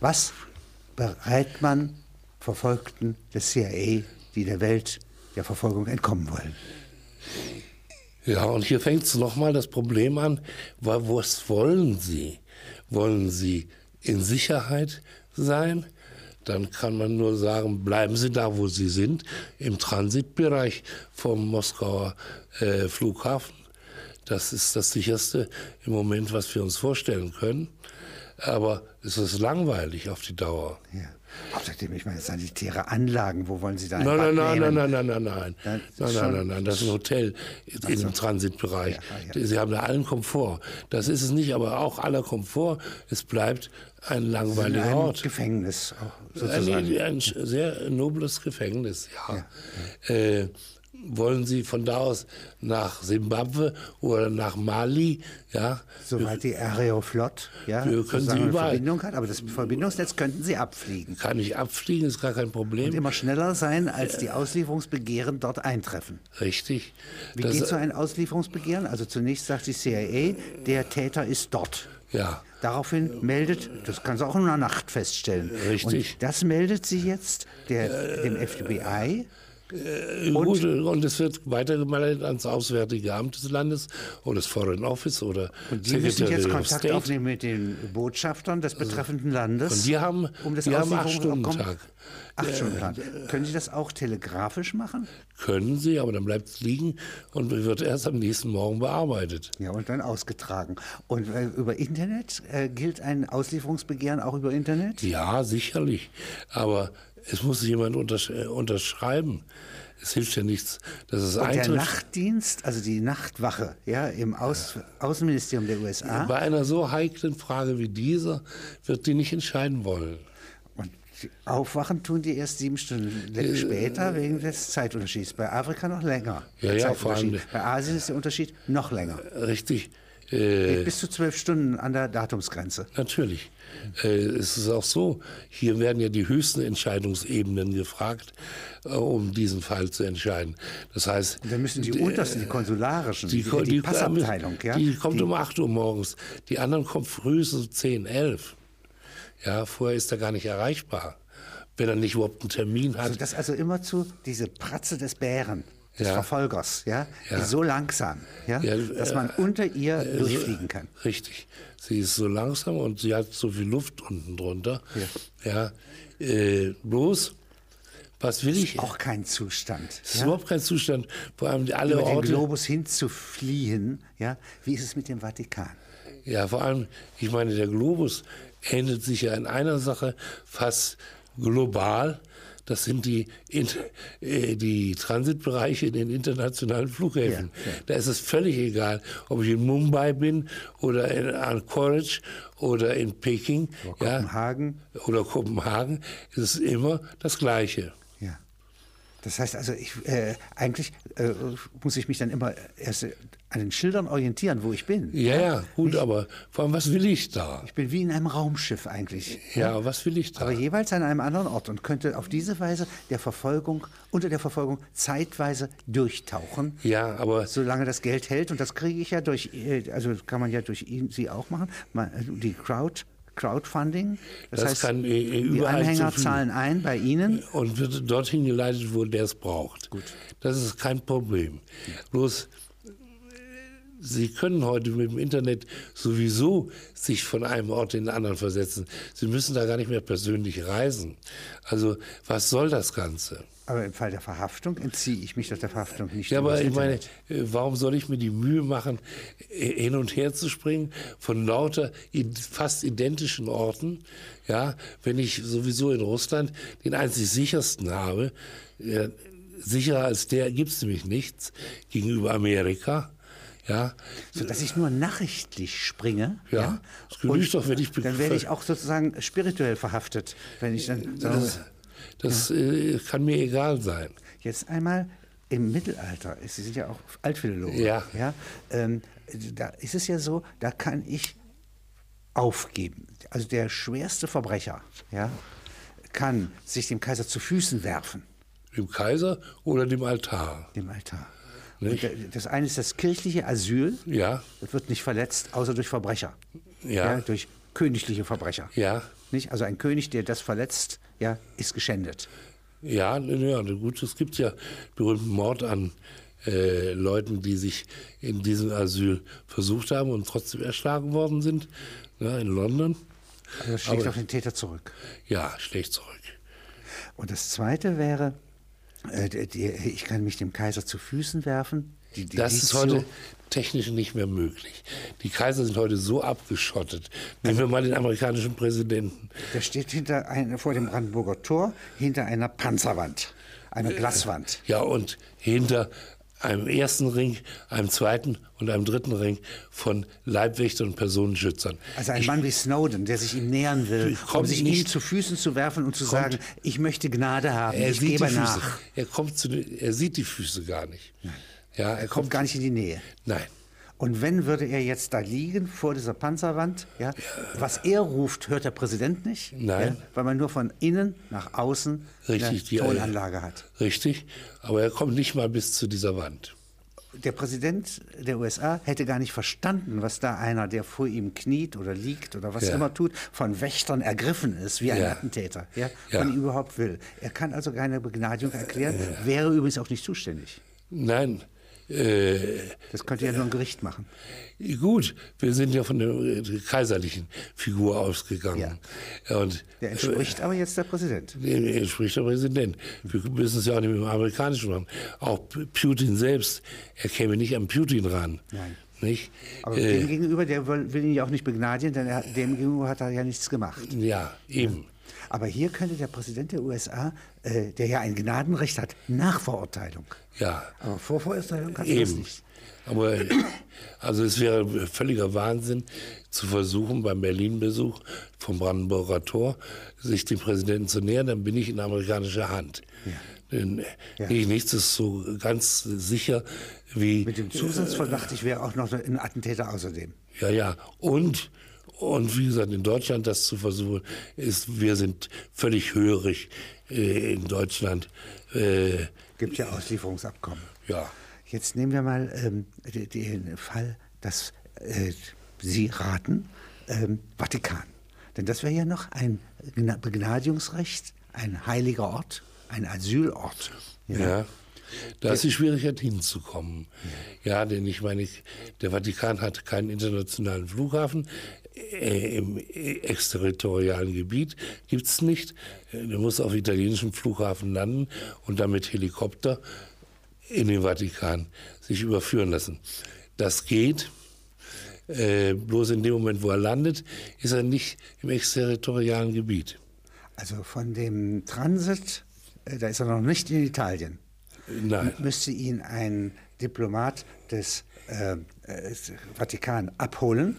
Was bereit man Verfolgten des CIA, die der Welt der Verfolgung entkommen wollen? Ja, und hier fängt es nochmal das Problem an, weil was wollen Sie? Wollen Sie in Sicherheit sein? Dann kann man nur sagen, bleiben Sie da, wo Sie sind, im Transitbereich vom Moskauer äh, Flughafen. Das ist das sicherste im Moment, was wir uns vorstellen können. Aber es ist langweilig auf die Dauer. Ja. Außerdem, ich meine, sanitäre Anlagen, wo wollen Sie da ein Nein, Bad nein, nein, nein, nehmen? nein, nein, nein, nein, Dann nein, ist nein, schon- nein, nein, nein, das ist ein Hotel im Transitbereich. Ja, ja. Sie haben da allen Komfort. Das ist es nicht, aber auch aller Komfort. Es bleibt ein In langweiliger einem Ort. Äh, Gefängnis auch, sozusagen. Ein, ein sch- sehr nobles Gefängnis, ja. Äh, wollen Sie von da aus nach Simbabwe oder nach Mali, ja? Soweit die Aeroflot ja, Wir können sie sozusagen eine überall- Verbindung hat, aber das Verbindungsnetz könnten Sie abfliegen. Kann ich abfliegen, ist gar kein Und Problem. immer schneller sein, als die Auslieferungsbegehren dort eintreffen. Richtig. Wie geht so ein Auslieferungsbegehren? Also zunächst sagt die CIA, der Täter ist dort. ja. Daraufhin meldet, das kann sie auch in einer Nacht feststellen. Richtig. Und das meldet sie jetzt der, dem FBI. Und, Äh, Gut, und es wird weitergemeldet ans Auswärtige Amt des Landes oder das Foreign Office oder Und die müssen jetzt of Kontakt State. aufnehmen mit den Botschaftern des betreffenden Landes. Und die haben, um das die haben acht Stunden Auslieferungsabkommen- Tag. Acht Stunden Plan. Können Sie das auch telegrafisch machen? Können sie, aber dann bleibt es liegen und wird erst am nächsten Morgen bearbeitet. Ja, und dann ausgetragen. Und äh, über Internet äh, gilt ein Auslieferungsbegehren auch über Internet? Ja, sicherlich. Aber es muss jemand untersch äh, unterschreiben. Es hilft ja nichts, dass es Und der eintrifft. Nachtdienst, also die Nachtwache ja, im Aus Außenministerium der USA. Bei einer so heiklen Frage wie dieser wird die nicht entscheiden wollen. Und die aufwachen tun die erst sieben Stunden Äh, le- später wegen des Zeitunterschieds. Bei Afrika noch länger. Ja, der ja, vor allem- Zeitunterschied. Bei Asien ist der Unterschied noch länger. Richtig. Äh, Bis zu zwölf Stunden an der Datumsgrenze. Natürlich. Äh, es ist auch so, hier werden ja die höchsten Entscheidungsebenen gefragt, äh, um diesen Fall zu entscheiden. Das heißt, Und dann müssen die äh, untersten, die konsularischen, die, die, Passabteilung, ja, die kommt um 8 Uhr morgens. Die anderen kommen frühestens um 10, 11. Ja, vorher ist er gar nicht erreichbar, wenn er nicht überhaupt einen Termin hat. sodass also immerzu diese Pratze des Bären, des Ja. Verfolgers, ja, die Ja. so langsam, ja, Ja, dass äh, man unter ihr durchfliegen kann. Richtig. Sie ist so langsam und sie hat so viel Luft unten drunter. Ja. äh, bloß, was will ich? Auch kein Zustand. Das ist überhaupt kein Zustand. Vor allem alle Mit dem Orte. Globus hinzufliehen, ja, wie ist es mit dem Vatikan? Ja, vor allem, ich meine, der Globus ähnelt sich ja in einer Sache fast global. Das sind die, in, äh, die Transitbereiche in den internationalen Flughäfen. Da ist es völlig egal, ob ich in Mumbai bin oder in Anchorage oder in Peking ja, Kopenhagen, oder Kopenhagen. Es ist immer das Gleiche. Ja. Das heißt also, ich, äh, eigentlich äh, muss ich mich dann immer erst äh, an den Schildern orientieren, wo ich bin. Ja, ja, gut, aber vor allem, was will ich da? Ich bin wie in einem Raumschiff eigentlich. Ja, was will ich da? Aber jeweils an einem anderen Ort und könnte auf diese Weise der Verfolgung, unter der Verfolgung zeitweise durchtauchen, Ja, aber solange das Geld hält. Und das kriege ich ja durch, äh, also kann man ja durch ihn, sie auch machen, man, äh, die Crowd, Crowdfunding. Das, Das heißt, kann, äh, äh, die überall Anhänger zu finden. zahlen ein bei Ihnen. und wird dorthin geleitet, wo der es braucht. Gut. Das ist kein Problem. Bloß, äh, Sie können heute mit dem Internet sowieso sich von einem Ort in den anderen versetzen. Sie müssen da gar nicht mehr persönlich reisen. Also, was soll das Ganze? Aber im Fall der Verhaftung entziehe ich mich doch der Verhaftung nicht. Um Ja, übers aber ich Internet. meine, äh, warum soll ich mir die Mühe machen, äh, hin und her zu springen von lauter i- fast identischen Orten, ja, wenn ich sowieso in Russland den einzig sichersten habe, äh, sicherer als der gibt es nämlich nichts gegenüber Amerika, ja, sodass ich nur nachrichtlich springe. Ja, das genügt doch, wenn ich- Dann werde ich auch sozusagen spirituell verhaftet, wenn ich dann sage, das, das äh, kann mir egal sein. jetzt einmal im Mittelalter, Sie sind ja auch Altphilologe, Ja. ja ähm, da ist es ja so, da kann ich aufgeben. Also der schwerste Verbrecher, ja, kann sich dem Kaiser zu Füßen werfen, Dem Kaiser oder dem Altar, dem Altar. Nicht? Und das eine ist das kirchliche Asyl, ja, das wird nicht verletzt, außer durch Verbrecher, ja, durch königliche Verbrecher. ja. Nicht? Also ein König, der das verletzt, ja, ist geschändet. Ja, ja, gut, es gibt ja berühmten Mord an äh, Leuten, die sich in diesem Asyl versucht haben und trotzdem erschlagen worden sind, ne, in London. Also das schlägt Aber- auf den Täter zurück. Ja, schlecht zurück. Und das Zweite wäre, äh, die, die, ich kann mich dem Kaiser zu Füßen werfen. Die, die Das ist Dizio- heute technisch nicht mehr möglich. Die Kaiser sind heute so abgeschottet. Nehmen wir mal den amerikanischen Präsidenten. Der steht hinter ein, vor dem Brandenburger Tor, hinter einer Panzerwand, Äh. einer Glaswand. Ja, und hinter einem ersten Ring, einem zweiten und einem dritten Ring von Leibwächtern und Personenschützern. Also ein Mann wie Snowden, der sich ihm nähern will, um Kommt sich ihm nicht- zu Füßen zu werfen und zu sagen, ich möchte Gnade haben, Er ich Äh, sieht die gebe Füße. nach. Er kommt zu den, er sieht die Füße gar nicht. Ja, er Kommt kommt. gar nicht in die Nähe. Nein. Und wenn würde er jetzt da liegen vor dieser Panzerwand, ja, was er ruft, hört der Präsident nicht, Nein. Ja, weil man nur von innen nach außen Richtig, die- eine Tonanlage hat. Richtig, aber er kommt nicht mal bis zu dieser Wand. Der Präsident der USA hätte gar nicht verstanden, was da einer, der vor ihm kniet oder liegt oder was Ja. immer tut, von Wächtern ergriffen ist, wie ein Ja. Attentäter, ja, Ja. von ihm überhaupt will. Er kann also keine Begnadigung erklären, wäre übrigens auch nicht zuständig. Nein, äh, Das könnte ja nur ein Gericht machen. Gut, wir sind ja von der äh, kaiserlichen Figur ausgegangen. Und Der entspricht Äh. aber jetzt der Präsident. dem entspricht der Präsident. Wir müssen es ja auch nicht mit dem Amerikanischen machen. Auch P- Putin selbst, er käme nicht an Putin ran. Nein. Nicht? Aber Äh, dem gegenüber, der will, will ihn ja auch nicht begnadigen, denn er, dem gegenüber hat er ja nichts gemacht. ja, eben. Aber hier könnte der Präsident der USA, äh, der ja ein Gnadenrecht hat, Nachverurteilung. Ja, Aber Vorverurteilung kannst du das eben. nicht. Aber äh, also es wäre völliger Wahnsinn, zu versuchen, beim Berlin-Besuch vom Brandenburger Tor sich dem Präsidenten zu nähern, dann bin ich in amerikanischer Hand. Denn äh, Ja. nicht- nichts ist so ganz sicher wie. Mit dem Zusatzverdacht, ich wäre auch noch ein Attentäter außerdem. Ja, ja. Und, und wie gesagt, in Deutschland das zu versuchen, ist, wir sind völlig hörig äh, in Deutschland. Äh, Gibt ja Auslieferungsabkommen. ja. Jetzt nehmen wir mal ähm, d- den Fall, dass äh, Sie raten, ähm, Vatikan. Denn das wäre ja noch ein Gna- Begnadigungsrecht, ein heiliger Ort, ein Asylort. Ja. Da ist die Schwierigkeit hinzukommen. Ja, denn ich meine, ich- der Vatikan hat keinen internationalen Flughafen. Äh, Im exterritorialen Gebiet gibt es nicht. Äh, Du musst auf italienischem Flughafen landen und dann mit Helikopter in den Vatikan sich überführen lassen. Das geht. Äh, bloß in dem Moment, wo er landet, ist er nicht im exterritorialen Gebiet. Also von dem Transit, äh, da ist er noch nicht in Italien. Nein. Müsste ihn ein Diplomat des äh, äh, Vatikan abholen.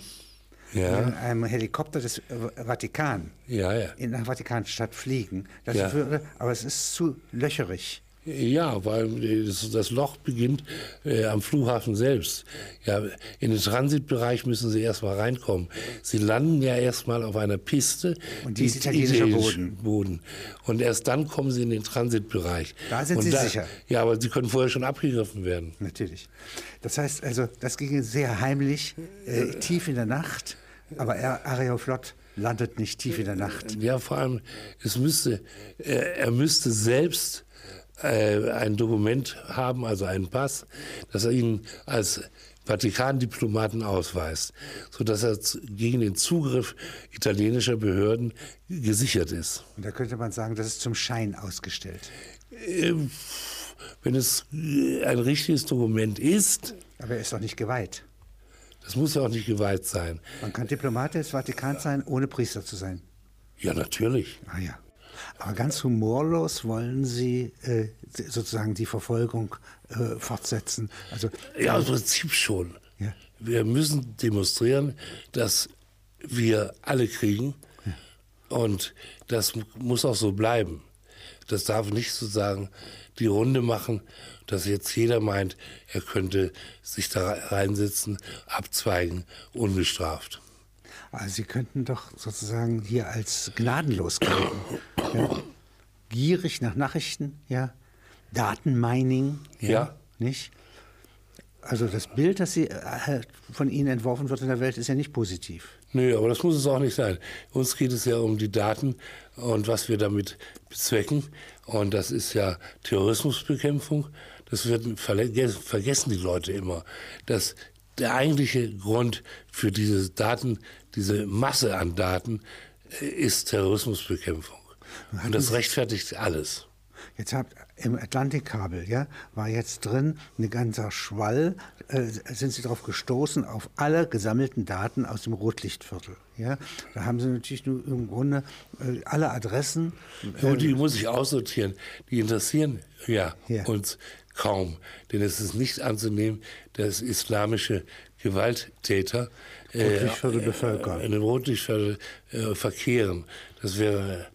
in Ja, einem Helikopter des äh, Vatikan ja, ja. in nach Vatikanstadt fliegen. Das Ja. würde, aber es ist zu löcherig. Ja, weil äh, das, das Loch beginnt äh, am Flughafen selbst. Ja, in den Transitbereich müssen sie erstmal reinkommen. Sie landen ja erstmal auf einer Piste. Und die ist italienischer italienisch Boden. Und erst dann kommen sie in den Transitbereich. Da sind Und sie sicher. Ja, aber sie können vorher schon abgegriffen werden. Natürlich. Das heißt also, das ging sehr heimlich, äh, tief in der Nacht, aber er, Aeroflot landet nicht tief in der Nacht. Ja, vor allem, es müsste, äh, er müsste selbst äh, ein Dokument haben, also einen Pass, dass er ihn als Vatikan-Diplomaten ausweist, sodass er z- gegen den Zugriff italienischer Behörden gesichert ist. Und da könnte man sagen, das ist zum Schein ausgestellt. Ähm, Wenn es äh, ein richtiges Dokument ist, Aber er ist doch nicht geweiht. das muss ja auch nicht geweiht sein. Man kann Diplomat des Vatikans sein, ohne Priester zu sein. Ja, natürlich. Ah ja. Aber ganz humorlos wollen Sie äh, sozusagen die Verfolgung äh, fortsetzen. Also Ja, im Prinzip schon. Ja. Wir müssen demonstrieren, dass wir alle kriegen. Und das mu- muss auch so bleiben. Das darf nicht sozusagen die Runde machen, dass jetzt jeder meint, er könnte sich da re- reinsetzen, abzweigen, unbestraft. Also Sie könnten doch sozusagen hier als gnadenlos gelten. Ja. Gierig nach Nachrichten, ja. Datenmining, Ja. nicht? Also das Bild, das Sie, äh, von Ihnen entworfen wird in der Welt, ist ja nicht positiv. Nö, aber das muss es auch nicht sein. Uns geht es ja um die Daten und was wir damit bezwecken. Und das ist ja Terrorismusbekämpfung. Das wird verle- vergessen die Leute immer. Dass der eigentliche Grund für diese Daten, diese Masse an Daten, äh, ist Terrorismusbekämpfung. Und das rechtfertigt alles. Jetzt habt im Atlantikkabel, ja, war jetzt drin ein ganzer Schwall, äh, sind Sie darauf gestoßen, auf alle gesammelten Daten aus dem Rotlichtviertel. Ja? Da haben Sie natürlich nur im Grunde äh, alle Adressen. äh, Ja, Und die muss ich aussortieren. Die interessieren ja, Ja. uns kaum. Denn es ist nicht anzunehmen, dass islamische Gewalttäter äh, Rotlichtviertel bevölkern. in dem Rotlichtviertel äh, verkehren. Das wäre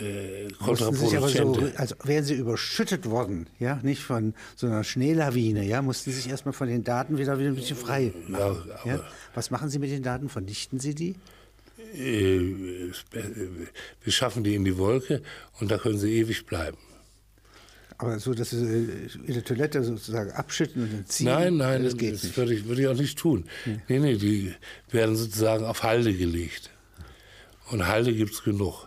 äh, Mussten sich aber so, kontraproduzent. als wären sie überschüttet worden, ja, nicht von so einer Schneelawine, ja, mussten sich erstmal von den Daten wieder wieder ein bisschen frei machen. aber- Ja, Was machen Sie mit den Daten? Vernichten Sie die? Äh, wir schaffen die in die Wolke und da können sie ewig bleiben. Aber so, dass sie äh, in der Toilette sozusagen abschütten und dann ziehen? Also, Nein, nein, das das, geht nicht. Hm. Würde, ich, würde ich auch nicht tun. Nee, nee, die werden sozusagen auf Halde gelegt. Und Halde gibt es genug.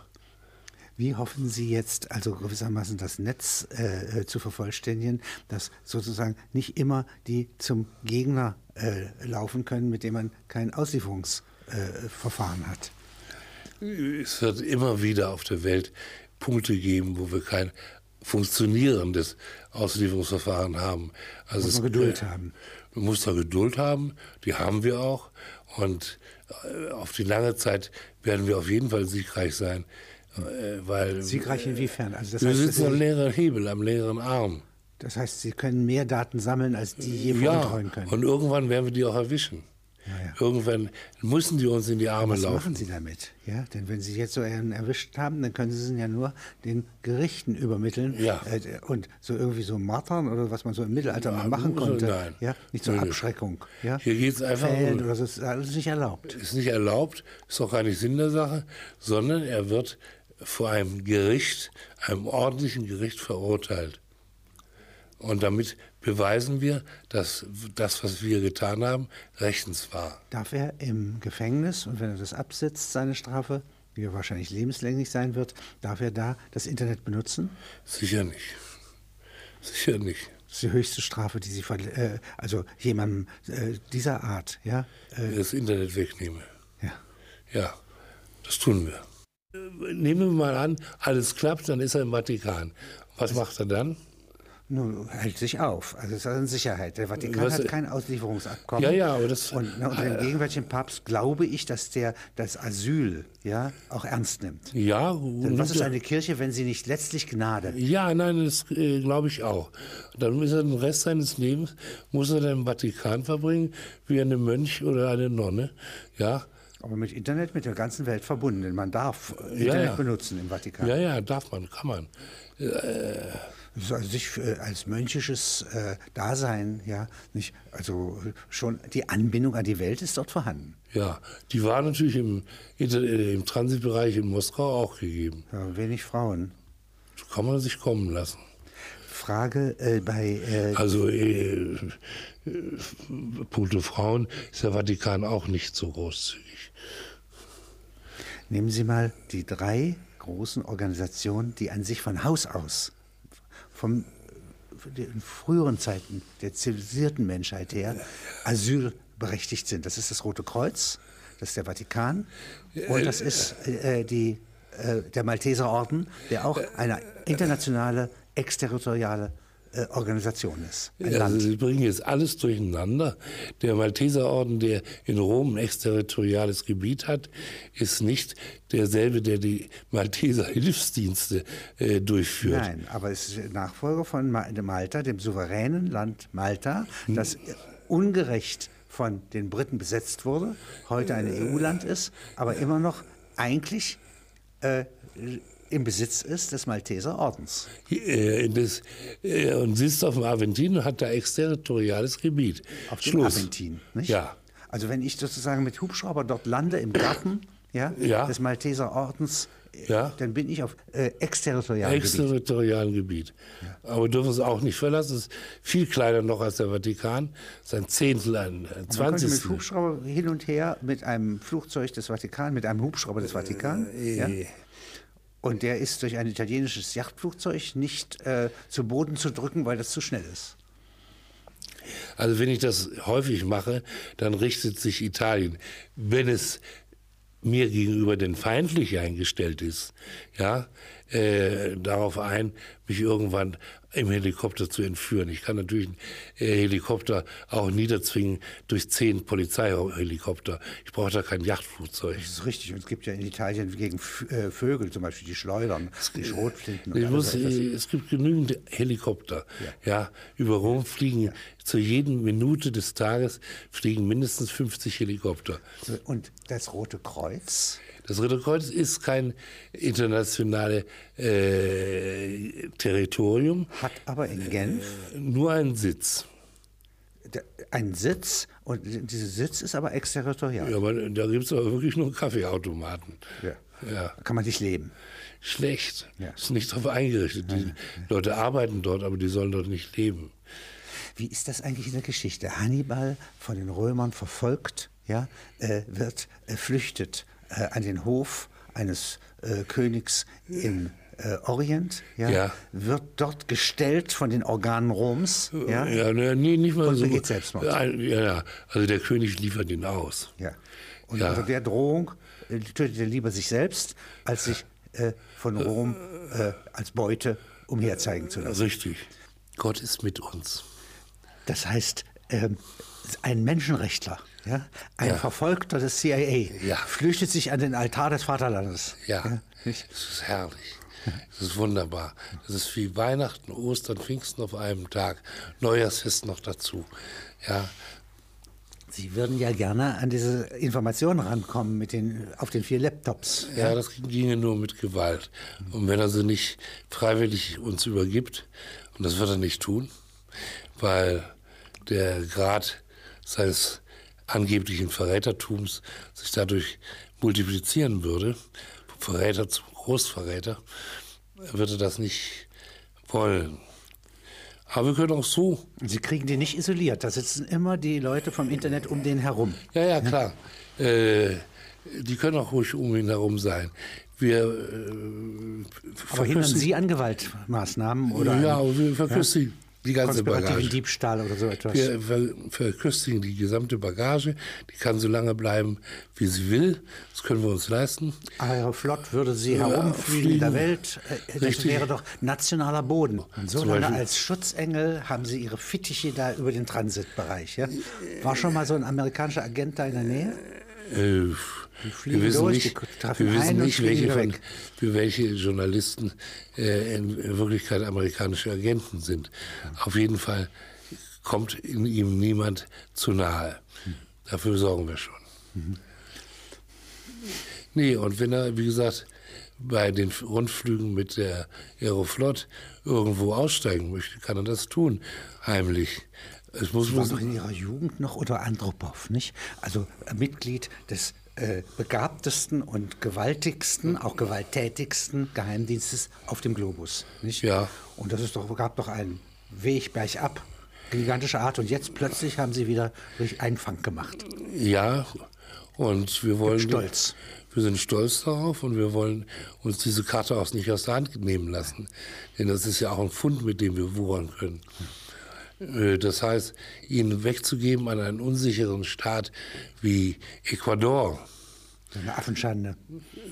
Wie hoffen Sie jetzt also gewissermaßen das Netz äh, äh, zu vervollständigen, dass sozusagen nicht immer die zum Gegner äh, laufen können, mit dem man kein Auslieferungsverfahren äh, Verfahren hat? Es wird immer wieder auf der Welt Punkte geben, wo wir kein funktionierendes Auslieferungsverfahren haben. Also Muss es- man Geduld haben. Man muss da Geduld haben, die haben wir auch. Und äh, auf die lange Zeit werden wir auf jeden Fall siegreich sein. äh, Weil Siegreich inwiefern? Also das wir heißt, dass sitzen am Sie, leeren Hebel, am leeren Arm. das heißt, Sie können mehr Daten sammeln, als die je Ja, veruntreuen können. und irgendwann werden wir die auch erwischen. Ja, ja. Irgendwann müssen die uns in die Arme Was laufen. machen Sie damit? Ja, denn wenn Sie jetzt so einen erwischt haben, dann können Sie ihn ja nur den Gerichten übermitteln Ja. äh, und so irgendwie so martern oder was man so im Mittelalter mal Nein, machen also konnte. nein. Ja, nicht zur Nö, nö. Abschreckung. Ja? Hier geht's einfach Fällen um- oder so ist alles nicht erlaubt. Ist nicht erlaubt, ist auch gar nicht Sinn der Sache, sondern er wird vor einem Gericht, einem ordentlichen Gericht verurteilt. Und damit beweisen wir, dass das, was wir getan haben, rechtens war. Darf er im Gefängnis und wenn er das absitzt, seine Strafe, die ja wahrscheinlich lebenslänglich sein wird, darf er da das Internet benutzen? Sicher nicht. Sicher nicht. Das ist die höchste Strafe, die Sie verle- äh, also jemandem äh, dieser Art, ja, äh, Das Internet wegnehme. ja. Ja, das tun wir. Äh, Nehmen wir mal an, alles klappt, dann ist er im Vatikan. Was Also macht er dann? Nun, hält sich auf. Also es ist eine Sicherheit. Der Vatikan Was- äh, hat kein Auslieferungsabkommen. Ja, ja, aber das- Und na, unter dem gegenwärtigen Papst glaube ich, dass der das Asyl ja, auch ernst nimmt. Ja, Denn was nimmt ist er- eine Kirche, wenn sie nicht letztlich Gnade? Ja, nein, das äh, glaube ich auch. Dann muss er den Rest seines Lebens muss er dann im Vatikan verbringen, wie eine Mönch oder eine Nonne. Ja, Aber mit Internet mit der ganzen Welt verbunden. Denn man darf äh, Internet ja. benutzen im Vatikan. ja, ja, darf man, kann man. Das ist also sich äh, als mönchisches äh, Dasein, ja, nicht, also äh, schon die Anbindung an die Welt ist dort vorhanden. Ja, die war natürlich im, Inter- äh, im Transitbereich in Moskau auch gegeben. Ja, wenig Frauen. Kann man sich kommen lassen. Frage äh, bei äh, Also äh, äh, Punkte Frauen ist der Vatikan auch nicht so großzügig. Nehmen Sie mal die drei großen Organisationen, die an sich von Haus aus, vom von den früheren Zeiten der zivilisierten Menschheit her, asylberechtigt sind. Das ist das Rote Kreuz, das ist der Vatikan und das ist äh, die, äh, der Malteser Orden, der auch eine internationale, exterritoriale äh, Organisation ist. Ein Also Land. sie bringen jetzt alles durcheinander. Der Malteserorden, der in Rom ein exterritoriales Gebiet hat, ist nicht derselbe, der die Malteser Hilfsdienste äh, durchführt. Nein, aber es ist Nachfolger von Ma- Malta, dem souveränen Land Malta, Hm. das ungerecht von den Briten besetzt wurde, heute ein Äh. EU-Land ist, aber immer noch eigentlich äh, im Besitz ist des Malteser Ordens. Äh, das, äh, und sitzt auf dem Aventin und hat da exterritoriales Gebiet. Auf dem Schluss. Aventin, nicht? Ja. Also wenn ich sozusagen mit Hubschrauber dort lande im Garten ja, Ja. des Malteser Ordens Ja? Dann bin ich auf äh, exterritorialem Gebiet. Exterritorialen Gebiet. Aber dürfen es auch nicht verlassen. Es ist viel kleiner noch als der Vatikan. Es ist ein Zehntel, ein ein Man konnte mit Zwanzigstel. Hubschrauber hin und her, mit einem Flugzeug des Vatikan, mit einem Hubschrauber des Vatikan. Äh, ja? Und der ist durch ein italienisches Yachtflugzeug nicht äh, zu Boden zu drücken, weil das zu schnell ist. Also wenn ich das häufig mache, dann richtet sich Italien. Wenn es mir gegenüber denn feindlich eingestellt ist, ja, äh, darauf ein, mich irgendwann im Helikopter zu entführen. Ich kann natürlich einen äh, Helikopter auch niederzwingen durch zehn Polizeihelikopter. Ich brauche da kein Yachtflugzeug. Das ist richtig. Und es gibt ja in Italien gegen F äh, Vögel zum Beispiel die Schleudern, die Schrotflinten. und Ich alles muss, so etwas. äh, es gibt genügend Helikopter. Ja. über Rom fliegen zu jeden Minute des Tages fliegen mindestens 50 Helikopter. So, und das Rote Kreuz, Das Rote Kreuz ist kein internationales äh, Territorium, hat aber in Genf nur ein Sitz. d- einen Sitz und dieser Sitz ist aber exterritorial. Ja, aber da gibt es aber wirklich nur Kaffeeautomaten. Ja. Ja. Da kann man nicht leben. Schlecht. Ja. Ist nicht darauf eingerichtet. Die Leute arbeiten dort, aber die sollen dort nicht leben. Wie ist das eigentlich in der Geschichte? Hannibal von den Römern verfolgt, ja, äh, wird äh, flüchtet äh, an den Hof eines äh, Königs im äh, Orient, ja, Ja. wird dort gestellt von den Organen Roms, ja, ja ne, nee, nicht mal Und so. begeht Selbstmord. Ein- Ja, ja, also der König liefert ihn aus. ja. Und Ja. unter der Drohung äh, tötet er lieber sich selbst, als sich äh, von Rom äh, als Beute umherzeigen zu lassen. Richtig. Gott ist mit uns. Das heißt, ähm, ein Menschenrechtler, ja? ein Verfolgter des CIA, Ja. flüchtet sich an den Altar des Vaterlandes. Ja, es ist herrlich. Es ist wunderbar. Das ist wie Weihnachten, Ostern, Pfingsten auf einem Tag. Neujahrsfest noch dazu. Ja, Sie würden ja gerne an diese Informationen rankommen mit den, auf den vier Laptops. ja das ginge nur mit Gewalt. Und wenn er sie nicht freiwillig uns übergibt, und das wird er nicht tun, weil der Grad seines angeblichen Verrätertums sich dadurch multiplizieren würde, vom Verräter zum Großverräter, wird er das nicht wollen. Aber wir können auch so Und Sie kriegen die nicht isoliert. Da sitzen immer die Leute vom Internet um den herum. Ja, ja, klar. Äh, die können auch ruhig um ihn herum sein. Wir äh, Aber hindern verküssen, Sie an Gewaltmaßnahmen oder ja, an wir verküssen die ganze konspirativen Bagage. Diebstahl oder so etwas. Wir ver verköstigen die gesamte Bagage. Die kann so lange bleiben, wie sie will. Das können wir uns leisten. Aeroflot würde sie herumfliegen in der Welt. Äh, Das Richtig. wäre doch nationaler Boden. Und so Zum lange Beispiel- als Schutzengel haben sie ihre Fittiche da über den Transitbereich. Ja? War schon mal so ein amerikanischer Agent da in der Nähe? Äh, fliegen wir wissen durch, nicht, die treffen wir ein wissen und nicht fliegen welche, wieder von, weg. für welche Journalisten äh, in, in Wirklichkeit amerikanische Agenten sind. Mhm. Auf jeden Fall kommt in ihm niemand zu nahe. Mhm. Dafür sorgen wir schon. Nee, und wenn er, wie gesagt, bei den Rundflügen mit der Aeroflot irgendwo aussteigen möchte, kann er das tun, heimlich. Es muss war doch in ihrer Jugend noch unter Andropov, nicht? Also äh, Mitglied des äh, begabtesten und gewaltigsten, auch gewalttätigsten Geheimdienstes auf dem Globus, nicht? Ja. Und das ist doch, gab doch einen Weg bergab, gigantischer Art. Und jetzt plötzlich haben sie wieder richtig einen Fang gemacht. Ja, und wir wollen. stolz. Wir sind stolz darauf und wir wollen uns diese Karte auch nicht aus der Hand nehmen lassen. Denn das ist ja auch ein Fund, mit dem wir wuchern können. Äh, Das heißt, ihn wegzugeben an einen unsicheren Staat wie Ecuador. So eine Affenschande.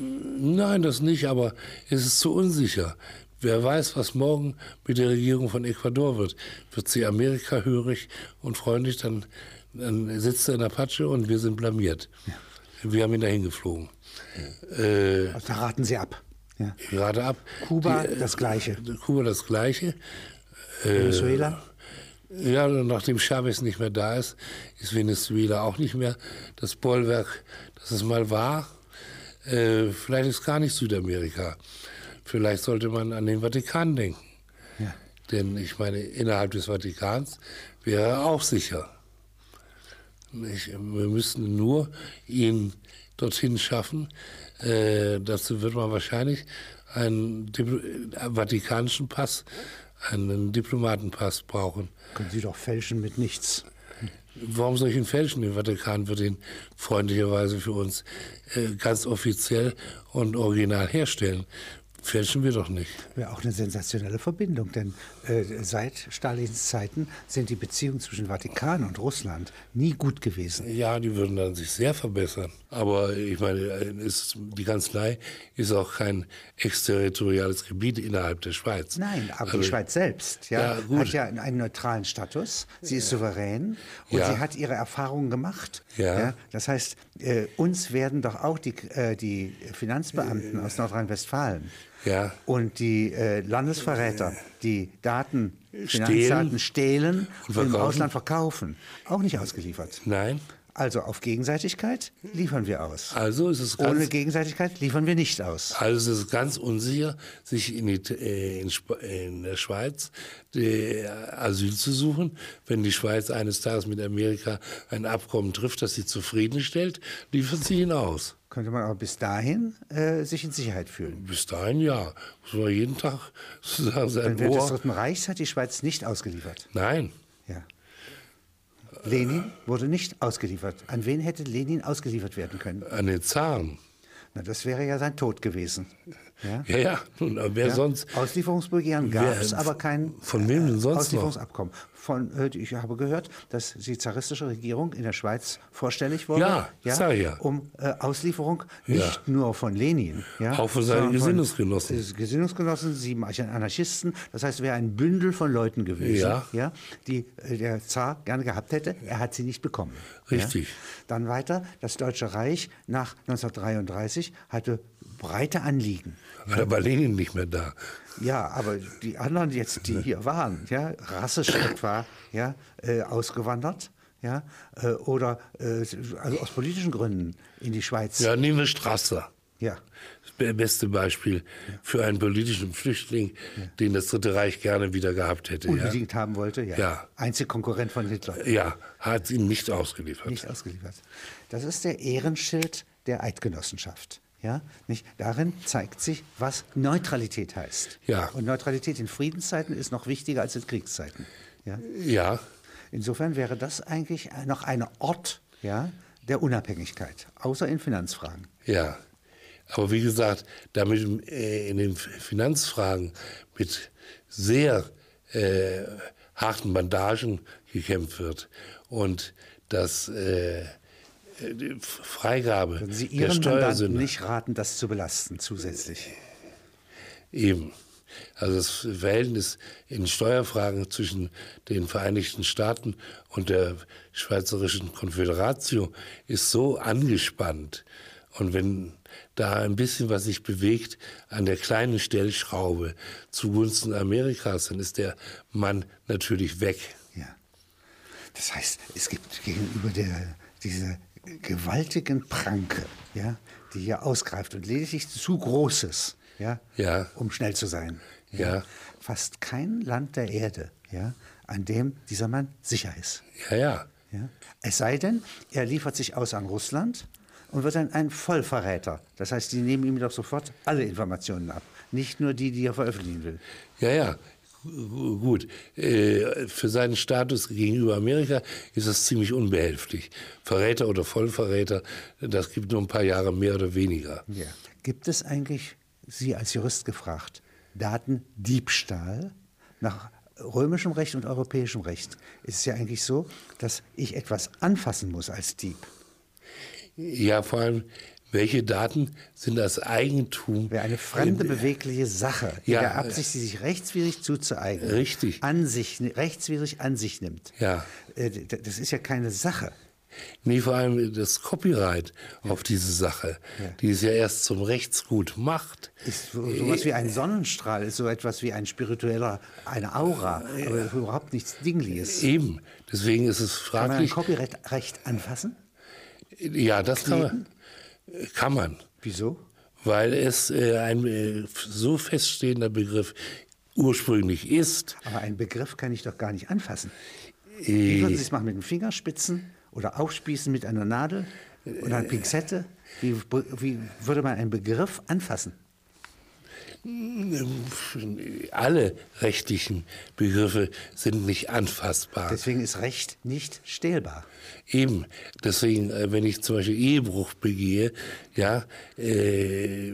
Nein, das nicht, aber es ist zu unsicher. Wer weiß, was morgen mit der Regierung von Ecuador wird. Wird sie Amerika hörig und freundlich, dann, dann sitzt er in der Patsche und wir sind blamiert. Wir haben ihn dahin geflogen. Äh, Also da raten sie ab. Ja. gerade ab. Kuba Die, äh, das Gleiche. Kuba das Gleiche. Venezuela. Ja, und nachdem Chavez nicht mehr da ist, ist Venezuela auch nicht mehr das Bollwerk, das es mal war. Äh, vielleicht ist gar nicht Südamerika. Vielleicht sollte man an den Vatikan denken. Ja. Denn ich meine, innerhalb des Vatikans wäre er auch sicher. Nicht? Wir müssten nur ihn dorthin schaffen, äh, Äh, dazu wird man wahrscheinlich einen Dipl äh, vatikanischen Pass, einen Diplomatenpass brauchen. Können Sie doch fälschen mit nichts. Warum soll ich ihn fälschen? Der Vatikan wird ihn freundlicherweise für uns äh, ganz offiziell und original herstellen. Fälschen wir doch nicht. Wäre auch eine sensationelle Verbindung, denn äh, seit Stalins Zeiten sind die Beziehungen zwischen Vatikan und Russland nie gut gewesen. Ja, die würden dann sich sehr verbessern. Aber ich meine, ist, die Kanzlei ist auch kein exterritoriales Gebiet innerhalb der Schweiz. Nein, aber Also, die Schweiz selbst Ja, ja, gut. hat ja einen neutralen Status. Sie ist souverän und Ja. sie hat ihre Erfahrungen gemacht. Ja. das heißt, äh, uns werden doch auch die, äh, die Finanzbeamten aus Nordrhein-Westfalen Ja. und die äh, Landesverräter, die Daten, Stehlen. Finanzdaten stehlen und, im verkaufen. Ausland verkaufen, auch nicht ausgeliefert. Nein, Also auf Gegenseitigkeit liefern wir aus. also ist es ganz Ohne Gegenseitigkeit liefern wir nicht aus. Also es ist ganz unsicher, sich in, It äh, in, Sp äh, in der Schweiz äh, Asyl zu suchen. Wenn die Schweiz eines Tages mit Amerika ein Abkommen trifft, das sie zufriedenstellt, liefern sie ihn aus. Könnte man aber bis dahin äh, sich in Sicherheit fühlen. Bis dahin ja. Muss man jeden Tag Denn sozusagen sein während des Ohr. Dritten Reichs hat die Schweiz nicht ausgeliefert. Nein. Ja. Lenin wurde nicht ausgeliefert. An wen hätte Lenin ausgeliefert werden können? An den Zaren. Na, das wäre ja sein Tod gewesen. Ja? Ja, ja. Nun, aber wer Ja? sonst? Auslieferungsbegehren gab es, Wer- aber kein von wem denn sonst noch? Auslieferungsabkommen. Von, äh, ich habe gehört, dass die zaristische Regierung in der Schweiz vorstellig wurde, Ja, sag ich ja. um äh, Auslieferung nicht nur von Lenin, ja, Auch von seinen sondern von, Gesinnungsgenossen. äh, Gesinnungsgenossen, sieben Anarchisten. Das heißt, wäre ein Bündel von Leuten gewesen, Ja. die äh, der Zar gerne gehabt hätte. Er hat sie nicht bekommen. Richtig. Ja. Dann weiter, das Deutsche Reich nach 1933 hatte breite Anliegen. Da war Lenin nicht mehr da. Ja, aber die anderen jetzt, die hier waren, ja, rassisch etwa, ja, äh, ausgewandert, ja, äh, oder äh, also aus politischen Gründen in die Schweiz. Ja, nehmen wir Strasser. ja. Das be- beste Beispiel für einen politischen Flüchtling, den das Dritte Reich gerne wieder gehabt hätte. Unbedingt haben wollte, ja. Ja. Äh, Einzelkonkurrent von Hitler, Ja, ja hat ihn nicht ausgeliefert. nicht ausgeliefert. Das ist der Ehrenschild der Eidgenossenschaft. Ja, nicht? Darin zeigt sich, was Neutralität heißt. Ja. Und Neutralität in Friedenszeiten ist noch wichtiger als in Kriegszeiten. Ja? Ja, Insofern wäre das eigentlich noch ein Ort ja, der Unabhängigkeit, außer in Finanzfragen. ja. Aber wie gesagt, damit äh, in den F- Finanzfragen mit sehr äh, harten Bandagen gekämpft wird und dass äh, äh, die F- Freigabe Wenn Sie der Ihren Mandanten Steuersünder nicht raten, das zu belasten zusätzlich. Eben. Also das Verhältnis in Steuerfragen zwischen den Vereinigten Staaten und der Schweizerischen Konföderatio ist so angespannt. Und wenn da ein bisschen was sich bewegt an der kleinen Stellschraube zugunsten Amerikas, dann ist der Mann natürlich weg. Ja. Das heißt, es gibt gegenüber der, dieser gewaltigen Pranke, ja, die hier ausgreift und lediglich zu Großes, ja, Ja. um schnell zu sein. Ja. Fast kein Land der Erde, ja, an dem dieser Mann sicher ist. Ja, ja. Ja. Es sei denn, er liefert sich aus an Russland und wird dann ein Vollverräter. Das heißt, die nehmen ihm doch sofort alle Informationen ab. Nicht nur die, die er veröffentlichen will. Ja, ja. Gu- Gut, Äh, für seinen Status gegenüber Amerika ist das ziemlich unbehilflich. Verräter oder Vollverräter, das gibt nur ein paar Jahre mehr oder weniger. Gibt es eigentlich, Sie als Jurist gefragt, Datendiebstahl nach römischem Recht und europäischem Recht? Ist es ja eigentlich so, dass ich etwas anfassen muss als Dieb. Ja, vor allem, welche Daten sind das Eigentum? Wer eine fremde, bewegliche Sache in Äh, Ja, der äh, Absicht, sie sich rechtswidrig zuzueignen, Richtig. an sich, rechtswidrig an sich nimmt. Ja. Äh, d- Das ist ja keine Sache. Äh, Nee, vor allem das Copyright auf diese Sache, die es ja erst zum Rechtsgut macht. Ist so, Äh, sowas wie ein Sonnenstrahl, ist so etwas wie ein spiritueller, eine Aura, Äh, aber überhaupt nichts Dingliches. Eben, deswegen ist es Kann man ein fraglich. Copyright Recht anfassen? Ja, das kann man. Kann man. Wieso? weil es äh, ein äh, so feststehender Begriff ursprünglich ist. Aber einen Begriff kann ich doch gar nicht anfassen. Wie würden Äh, Äh, Sie es machen mit den Fingerspitzen oder aufspießen mit einer Nadel oder einer Pinzette? Wie, wie würde man einen Begriff anfassen? Äh, Alle rechtlichen Begriffe sind nicht anfassbar. Deswegen ist Recht nicht stählbar. Eben, deswegen, äh, wenn ich zum Beispiel Ehebruch begehe, ja, äh,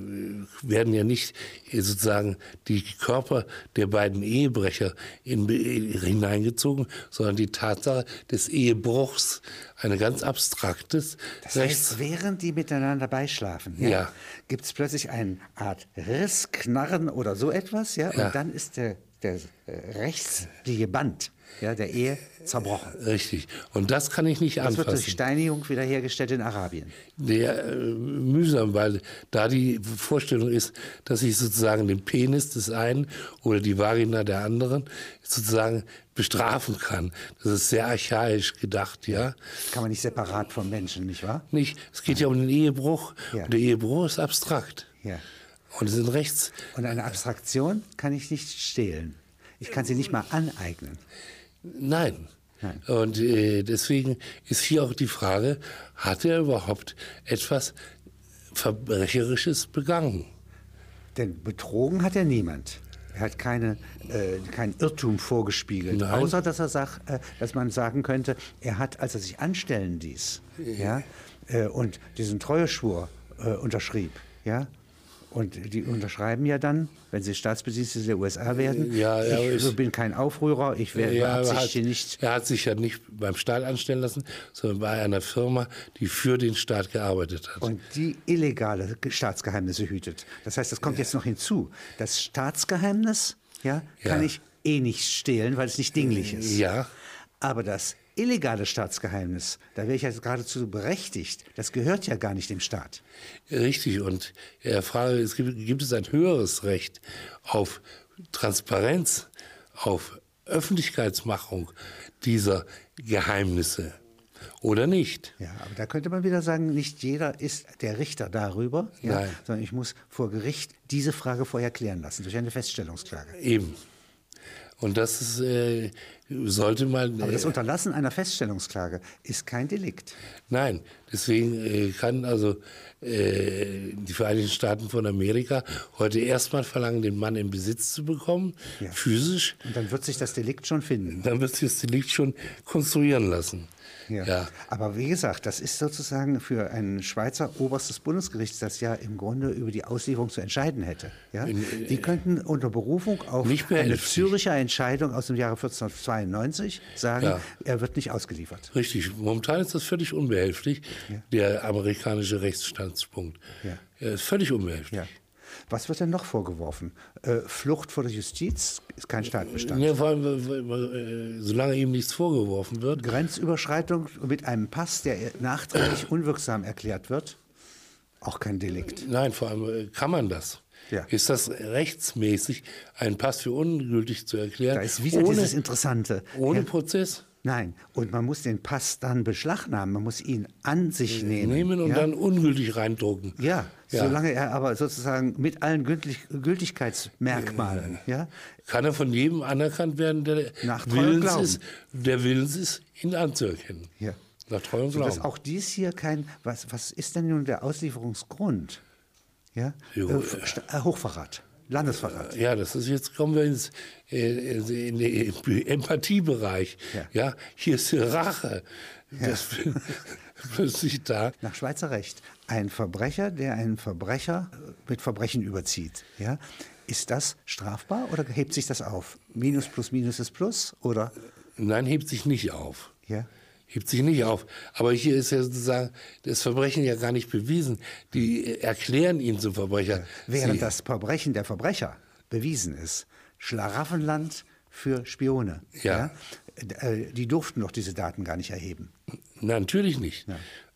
werden ja nicht äh, sozusagen die Körper der beiden Ehebrecher in, in, hineingezogen, sondern die Tatsache des Ehebruchs, ein ganz abstraktes Das Rechts. heißt, während die miteinander beischlafen, ja, Ja. gibt es plötzlich eine Art Riss, Knarren oder so etwas, ja, Ja. und dann ist der, der äh, rechtsliche Band ja, der Ehe zerbrochen. Richtig. Und das kann ich nicht Das wird durch anfassen. Steinigung wiederhergestellt in Arabien. Der, äh, mühsam, weil da die Vorstellung ist, dass ich sozusagen den Penis des einen oder die Vagina der anderen sozusagen bestrafen kann. Das ist sehr archaisch gedacht, ja. Kann man nicht separat vom Menschen, nicht wahr? Nicht, es geht ja um den Ehebruch Ja. und der Ehebruch ist abstrakt. Ja. Und es sind rechts. Und eine Abstraktion kann ich nicht stehlen. Ich kann sie nicht mal aneignen. Nein. Nein. Und äh, deswegen ist hier auch die Frage, hat er überhaupt etwas Verbrecherisches begangen? Denn betrogen hat er niemand. Er hat keine, äh, keinen Irrtum vorgespiegelt. Nein. Außer, dass, er sag, äh, dass man sagen könnte, er hat, als er sich anstellen ließ ja, äh, und diesen Treueschwur äh, unterschrieb, ja, und die unterschreiben ja dann, wenn sie Staatsbesitzte der USA werden, Ja, ja, ich ist- bin kein Aufrührer, ich werde Ja, er, hat, beabsichtige nicht er hat sich ja nicht beim Staat anstellen lassen, sondern bei einer Firma, die für den Staat gearbeitet hat. und die illegale Ge- Staatsgeheimnisse hütet. Das heißt, das kommt jetzt noch hinzu. Das Staatsgeheimnis ja, kann Ja. ich eh nicht stehlen, weil es nicht dinglich ist. Ja. Aber das illegale Staatsgeheimnis, da wäre ich ja geradezu berechtigt, das gehört ja gar nicht dem Staat. Richtig. Und er frage, es gibt, gibt es ein höheres Recht auf Transparenz, auf Öffentlichkeitsmachung dieser Geheimnisse oder nicht? Ja, aber da könnte man wieder sagen, nicht jeder ist der Richter darüber, ja, Nein. sondern ich muss vor Gericht diese Frage vorher klären lassen durch eine Feststellungsklage. Eben. Und das ist, äh, sollte man. Aber das äh, Unterlassen einer Feststellungsklage ist kein Delikt. Nein, deswegen äh, kann also äh, die Vereinigten Staaten von Amerika heute erstmal verlangen, den Mann in Besitz zu bekommen, Ja. physisch. Und dann wird sich das Delikt schon finden. Dann wird sich das Delikt schon konstruieren lassen. Ja. ja. Aber wie gesagt, das ist sozusagen für ein Schweizer oberstes Bundesgericht, das ja im Grunde über die Auslieferung zu entscheiden hätte. Ja? Die könnten unter Berufung auf äh, Nicht eine behelfslich. Züricher Entscheidung aus dem Jahre 1492 sagen, Ja. er wird nicht ausgeliefert. Richtig, momentan ist das völlig unbehilflich, der amerikanische Rechtsstandspunkt. Ja. Er ist völlig unbehilflich. Ja. Was wird denn noch vorgeworfen? Äh, Flucht vor der Justiz ist kein Staatbestand. Ja, vor allem, weil- weil- äh, solange ihm nichts vorgeworfen wird, Grenzüberschreitung mit einem Pass, der nachträglich unwirksam erklärt wird, auch kein Delikt. Nein, vor allem äh, kann man das. Ja. Ist das rechtsmäßig, einen Pass für ungültig zu erklären, Da ist wieder ohne, dieses Interessante. ohne Prozess Nein, und man muss den Pass dann beschlagnahmen, man muss ihn an sich nehmen. Äh, nehmen und ja? dann ungültig reindrucken? Ja, Ja. solange er aber sozusagen mit allen Gültig Gültigkeitsmerkmalen, Äh, ja, Kann er von jedem anerkannt werden, der Nach treuem willens Glauben. ist, der willens ist, ihn anzuerkennen. Ja. Nach treuem sodass Glauben. auch dies hier kein, was, was ist denn nun der Auslieferungsgrund? Ja, Jo, äh, äh, Sta- äh, Hochverrat, Landesverrat. Ja, das ist jetzt kommen wir ins äh, in den Empathiebereich. Ja. hier ist die Rache. Das plötzlich da. Nach Schweizer Recht, ein Verbrecher, der einen Verbrecher äh, mit Verbrechen überzieht, ja, ist das strafbar oder hebt sich das auf? Minus plus Minus ist Plus oder, Nein, hebt sich nicht auf. ja? Hebt sich nicht auf. Aber hier ist ja sozusagen das Verbrechen ja gar nicht bewiesen. Die äh, erklären ihn zum Verbrecher. Während Sie, das Verbrechen der Verbrecher bewiesen ist, Schlaraffenland für Spione. Ja. Ja? Äh, Die durften doch diese Daten gar nicht erheben. Na, natürlich nicht.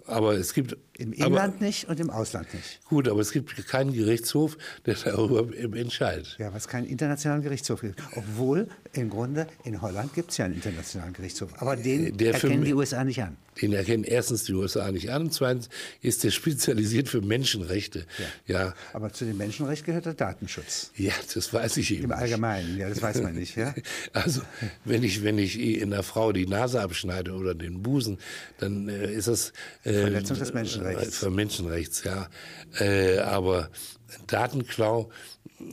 Aber es gibt. Im aber, Inland nicht und im Ausland nicht. gut, aber es gibt keinen Gerichtshof, der darüber entscheidet. Ja, was keinen internationalen Gerichtshof gibt. Obwohl im Grunde in Holland gibt es ja einen internationalen Gerichtshof. Aber den Äh, Der für erkennen mich- die USA nicht an. Den erkennen erstens die USA nicht an und zweitens ist der spezialisiert für Menschenrechte. Ja, Aber zu dem Menschenrecht gehört der Datenschutz. ja, das weiß ich eben. Im nicht. Allgemeinen, ja, das weiß man nicht. Ja? Also, wenn ich, wenn ich eh einer Frau die Nase abschneide oder den Busen, dann äh, ist das äh, Verletzung des Menschen- Menschenrechts. Für Menschenrechts, ja. Äh, aber Datenklau,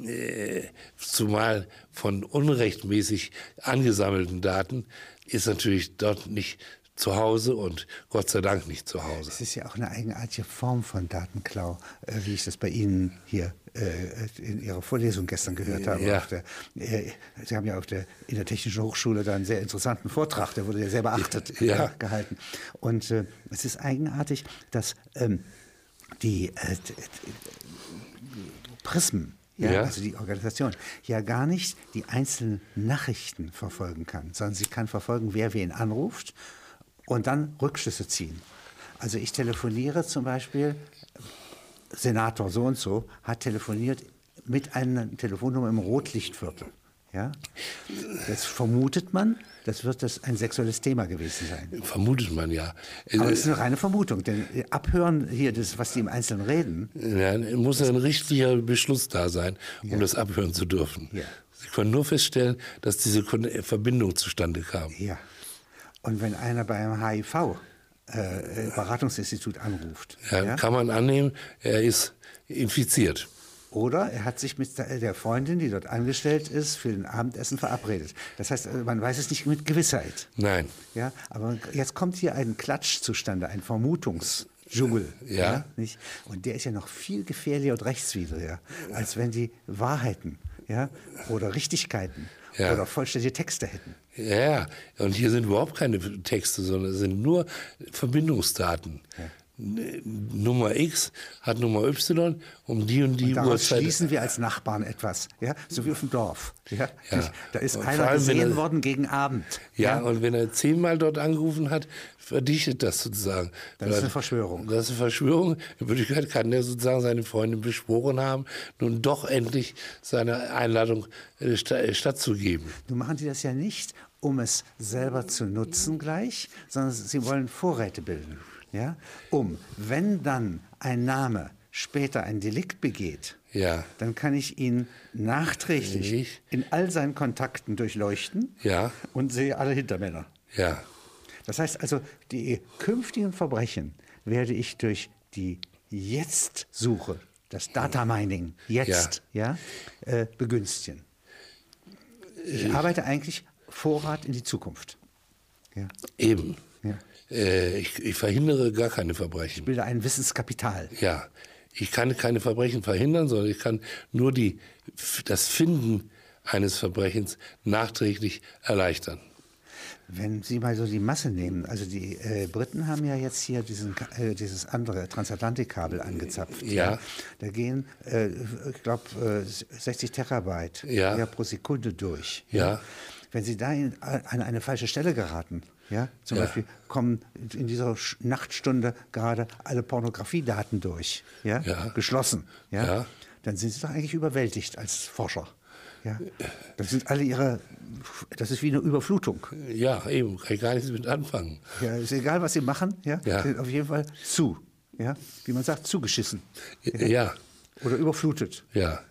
äh, zumal von unrechtmäßig angesammelten Daten, ist natürlich dort nicht zu Hause und Gott sei Dank nicht zu Hause. Es ist ja auch eine eigenartige Form von Datenklau, äh, wie ich das bei Ihnen hier äh, in Ihrer Vorlesung gestern gehört habe. Ja. Auf der, äh, Sie haben ja auf der, in der Technischen Hochschule da einen sehr interessanten Vortrag, der wurde ja sehr beachtet Ja. äh, gehalten. Und äh, es ist eigenartig, dass ähm, die äh, t- t- Prism, ja, Ja. also die Organisation, ja gar nicht die einzelnen Nachrichten verfolgen kann, sondern sie kann verfolgen, wer wen anruft und dann Rückschlüsse ziehen. Also ich telefoniere zum Beispiel, Senator so und so hat telefoniert mit einer Telefonnummer im Rotlichtviertel. Ja? Das vermutet man, das wird das ein sexuelles Thema gewesen sein. Vermutet man ja. Aber das ist eine reine Vermutung, denn abhören hier, das, was die im Einzelnen reden, Ja, muss ein richtiger Beschluss da sein, um das abhören zu dürfen. Ja. Sie können nur feststellen, dass diese Kon- äh, Verbindung zustande kam. Ja. Und wenn einer beim HIV-Beratungsinstitut äh, anruft, Ja, ja, Kann man annehmen, er ist infiziert. oder er hat sich mit der der Freundin, die dort angestellt ist, für ein Abendessen verabredet. Das heißt, also man weiß es nicht mit Gewissheit. Nein. Ja, aber jetzt kommt hier ein Klatsch zustande, ein Vermutungsdschungel. Ja. nicht? Und der ist ja noch viel gefährlicher und rechtswidriger, als wenn die Wahrheiten ja, oder Richtigkeiten Ja. oder vollständige Texte hätten. Ja, und hier sind überhaupt keine Texte, sondern es sind nur Verbindungsdaten. N- Nummer X hat Nummer Y um die und die Daraus Uhrzeit. schließen wir als Nachbarn etwas, ja? so wie auf dem Dorf. Ja? Ja. Da ist Und vor einer allem, wenn gesehen er- worden gegen Abend. Ja, und wenn er zehnmal dort angerufen hat, verdichtet das sozusagen. Das ist eine Verschwörung. Das ist eine Verschwörung. In Wirklichkeit kann der sozusagen seine Freundin beschworen haben, nun doch endlich seiner Einladung äh, sta- äh, stattzugeben. Nun machen die das ja nicht, um es selber zu nutzen gleich, sondern sie wollen Vorräte bilden. Ja? Um, wenn dann ein Name später ein Delikt begeht, Ja, dann kann ich ihn nachträglich Ich- in all seinen Kontakten durchleuchten ja, und sehe alle Hintermänner. ja. Das heißt also, die künftigen Verbrechen werde ich durch die Jetzt-Suche, das Data Mining jetzt, ja, äh, begünstigen. Ich arbeite eigentlich Vorrat in die Zukunft. Ja, Eben. ja. Äh, ich, ich verhindere gar keine Verbrechen. Bilde ein Wissenskapital. Ja, ich kann keine Verbrechen verhindern, sondern ich kann nur die, das Finden eines Verbrechens nachträglich erleichtern. Wenn Sie mal so die Masse nehmen, also die äh, Briten haben ja jetzt hier diesen, Ka- äh, dieses andere Transatlantikkabel angezapft. Ja. Da gehen, äh, ich glaube, äh, 60 Terabyte Ja. pro Sekunde durch. Ja. Wenn Sie da in, äh, an eine falsche Stelle geraten, ja, zum Ja. Beispiel kommen in dieser Sch- Nachtstunde gerade alle Pornografiedaten durch, ja, Ja. geschlossen, ja, Ja. dann sind Sie doch eigentlich überwältigt als Forscher. Ja, das sind alle ihre, das ist wie eine Überflutung. Ja, eben, kann ich gar nichts mit anfangen. Ja, ist egal, was sie machen, ja, Ja. sind auf jeden Fall zu. Ja, wie man sagt, zugeschissen Ja, oder überflutet. ja,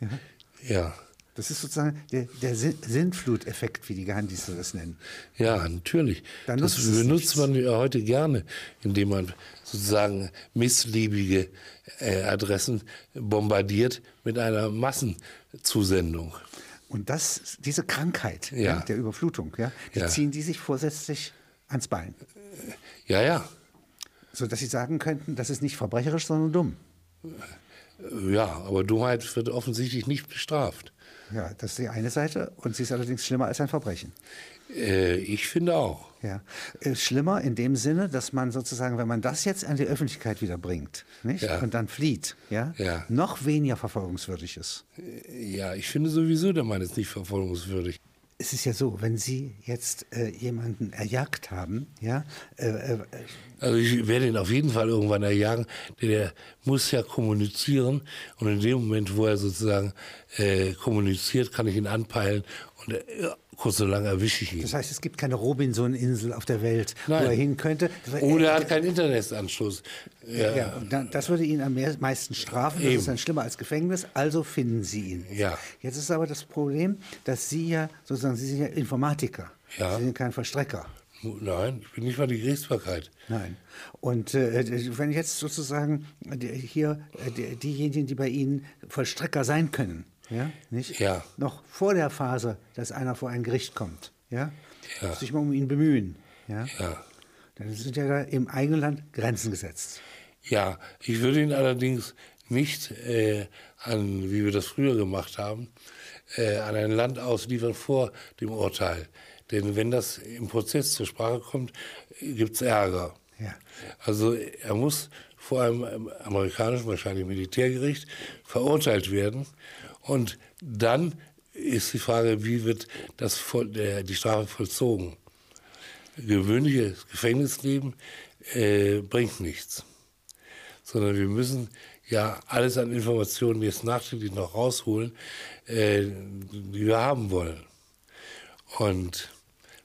ja. Das ist sozusagen der, der Sin- Sinnfluteffekt, wie die Geheimdienste das nennen. Ja, natürlich. Dann das nutzt es benutzt man ja heute gerne, indem man sozusagen missliebige äh, Adressen bombardiert mit einer Massenzusendung. Und das, diese Krankheit Ja. der Überflutung, ja, die Ja. ziehen die sich vorsätzlich ans Bein, Ja, ja, sodass sie sagen könnten, das ist nicht verbrecherisch, sondern dumm. ja, aber Dummheit wird offensichtlich nicht bestraft. Ja, das ist die eine Seite und sie ist allerdings schlimmer als ein Verbrechen. Äh, ich finde auch. Ja. Äh, Schlimmer in dem Sinne, dass man sozusagen, wenn man das jetzt an die Öffentlichkeit wieder bringt nicht? Ja. und dann flieht, ja, Ja. noch weniger verfolgungswürdig ist. Ja, ich finde sowieso, der Mann ist nicht verfolgungswürdig. Es ist ja so, wenn Sie jetzt äh, jemanden erjagt haben, ja, äh, äh, Also ich werde ihn auf jeden Fall irgendwann erjagen, denn er muss ja kommunizieren und in dem Moment, wo er sozusagen äh, kommuniziert, kann ich ihn anpeilen und äh, kurz so lange erwische ich ihn. das heißt, es gibt keine Robinson-Insel auf der Welt, Nein. wo er hin könnte. Oder er hat keinen Internetanschluss. Ja, ja, und dann, das würde ihn am mehr- meisten strafen. Das Eben. ist dann schlimmer als Gefängnis. Also finden Sie ihn. Ja. Jetzt ist aber das Problem, dass Sie ja sozusagen, Sie sind ja Informatiker. Ja. Sie sind kein Verstrecker. Nein, ich bin nicht mal die Gerichtsbarkeit. Nein. Und äh, wenn jetzt sozusagen die- hier äh, die- diejenigen, die bei Ihnen Vollstrecker sein können, ja, nicht? Ja. Noch vor der Phase, dass einer vor ein Gericht kommt, ja, Ja. sich mal um ihn bemühen, ja, Ja. dann sind ja da im eigenen Land Grenzen gesetzt. Ja, ich würde ihn allerdings nicht äh, an, wie wir das früher gemacht haben, äh, an ein Land ausliefern vor dem Urteil. Denn wenn das im Prozess zur Sprache kommt, gibt es Ärger. Ja. Also er muss vor einem ähm, amerikanischen, wahrscheinlich Militärgericht, verurteilt werden. Und dann ist die Frage, wie wird das, voll- der, die Strafe vollzogen? Gewöhnliches Gefängnisleben äh, bringt nichts sondern wir müssen ja alles an Informationen jetzt nachträglich noch rausholen, äh, die wir haben wollen. Und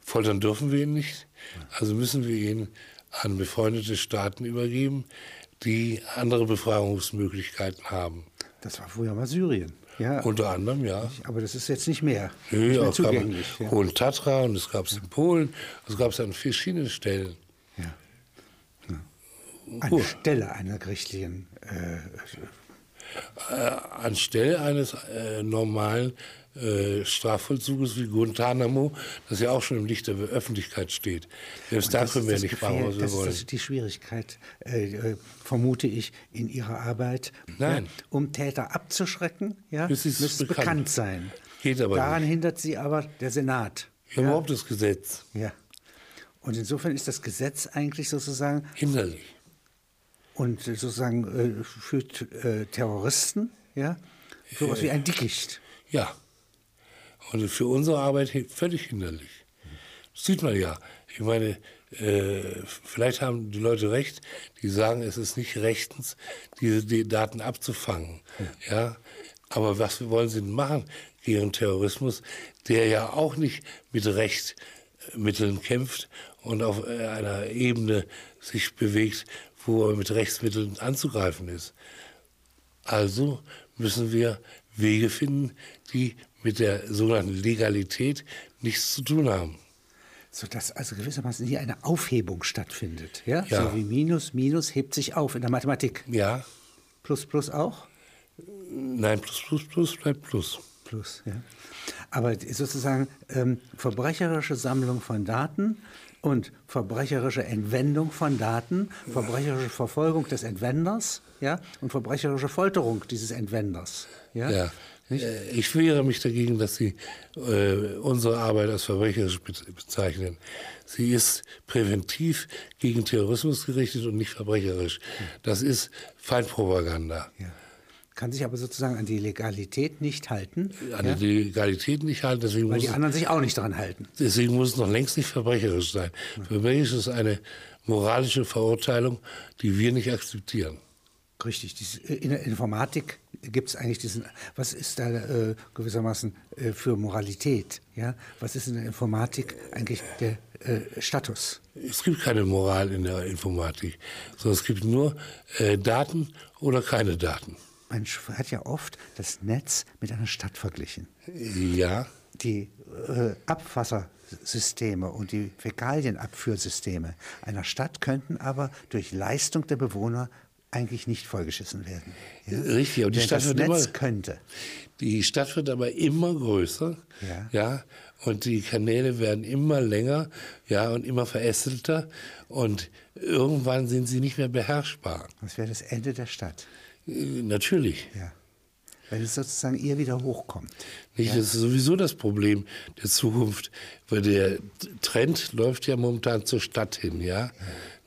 foltern dürfen wir ihn nicht, also müssen wir ihn an befreundete Staaten übergeben, die andere Befreiungsmöglichkeiten haben. Das war früher mal Syrien, ja. Unter anderem, ja. aber das ist jetzt nicht mehr, Nö, nicht mehr auch gab zugänglich. es Ja. Hohen Tatra und es gab es in Polen, es gab es an verschiedenen Stellen. Ja. Gut. Anstelle einer gerichtlichen äh, Äh, anstelle eines äh, normalen äh, Strafvollzuges wie Guantanamo, das ja auch schon im Licht der Öffentlichkeit steht. Selbst da Das können ist wir das nicht machen, Gefähr- was wir das wollen. Ist das die Schwierigkeit, äh, äh, vermute ich, in Ihrer Arbeit. Nein. Ja, um Täter abzuschrecken, ja, Es müsste ist es bekannt. bekannt. sein. Geht aber Daran hindert Sie aber der Senat. Überhaupt das Gesetz. Ja. Und insofern ist das Gesetz eigentlich sozusagen Hinderlich. und sozusagen äh, führt äh, Terroristen, ja, sowas Äh. wie ein Dickicht. Ja. Und für unsere Arbeit he- völlig hinderlich. Das sieht man ja. Ich meine, äh, vielleicht haben die Leute recht, die sagen, es ist nicht rechtens, diese die Daten abzufangen. Ja. Aber was wollen sie denn machen gegen Terrorismus, der ja auch nicht mit Recht äh, Mitteln kämpft und auf äh, einer Ebene sich bewegt, wo er mit Rechtsmitteln anzugreifen ist. Also müssen wir Wege finden, die mit der sogenannten Legalität nichts zu tun haben. Sodass also gewissermaßen hier eine Aufhebung stattfindet. Ja? Ja. So wie Minus, Minus hebt sich auf in der Mathematik. Ja, Plus, Plus auch? nein, plus, plus, plus bleibt plus. Plus, ja. Aber sozusagen ähm, verbrecherische Sammlung von Daten und verbrecherische Entwendung von Daten, verbrecherische Verfolgung des Entwenders ja, und verbrecherische Folterung dieses Entwenders. Ja? Ja. Äh, Ich wehre mich dagegen, dass Sie äh, unsere Arbeit als verbrecherisch be- bezeichnen. Sie ist präventiv gegen Terrorismus gerichtet und nicht verbrecherisch. Hm. Das ist Feindpropaganda. Ja. Kann sich aber sozusagen an die Legalität nicht halten, An der Legalität nicht halten, deswegen weil muss die es anderen sich auch nicht daran halten. Deswegen muss es noch längst nicht verbrecherisch sein. Verbrecherisch ist eine moralische Verurteilung, die wir nicht akzeptieren. Richtig, dies- in der Informatik gibt es eigentlich diesen, was ist da äh, gewissermaßen äh, für Moralität? Ja? Was ist in der Informatik eigentlich der äh, Status? Es gibt keine Moral in der Informatik, sondern es gibt nur äh, Daten oder keine Daten. Man sch- hat ja oft das Netz mit einer Stadt verglichen. Ja, Die äh, Abwassersysteme und die Fäkalienabführsysteme einer Stadt könnten aber durch Leistung der Bewohner eigentlich nicht vollgeschissen werden. Ja? richtig. Aber die Während Stadt, das wird Netz immer, könnte. die Stadt wird aber immer größer. Ja. und die Kanäle werden immer länger ja, und immer verästelter. Und irgendwann sind sie nicht mehr beherrschbar. Das wäre das Ende der Stadt. Äh, Natürlich. Ja. Wenn es sozusagen ihr wieder hochkommt. Nicht? Das ist sowieso das Problem der Zukunft, weil der Trend läuft ja momentan zur Stadt hin, ja.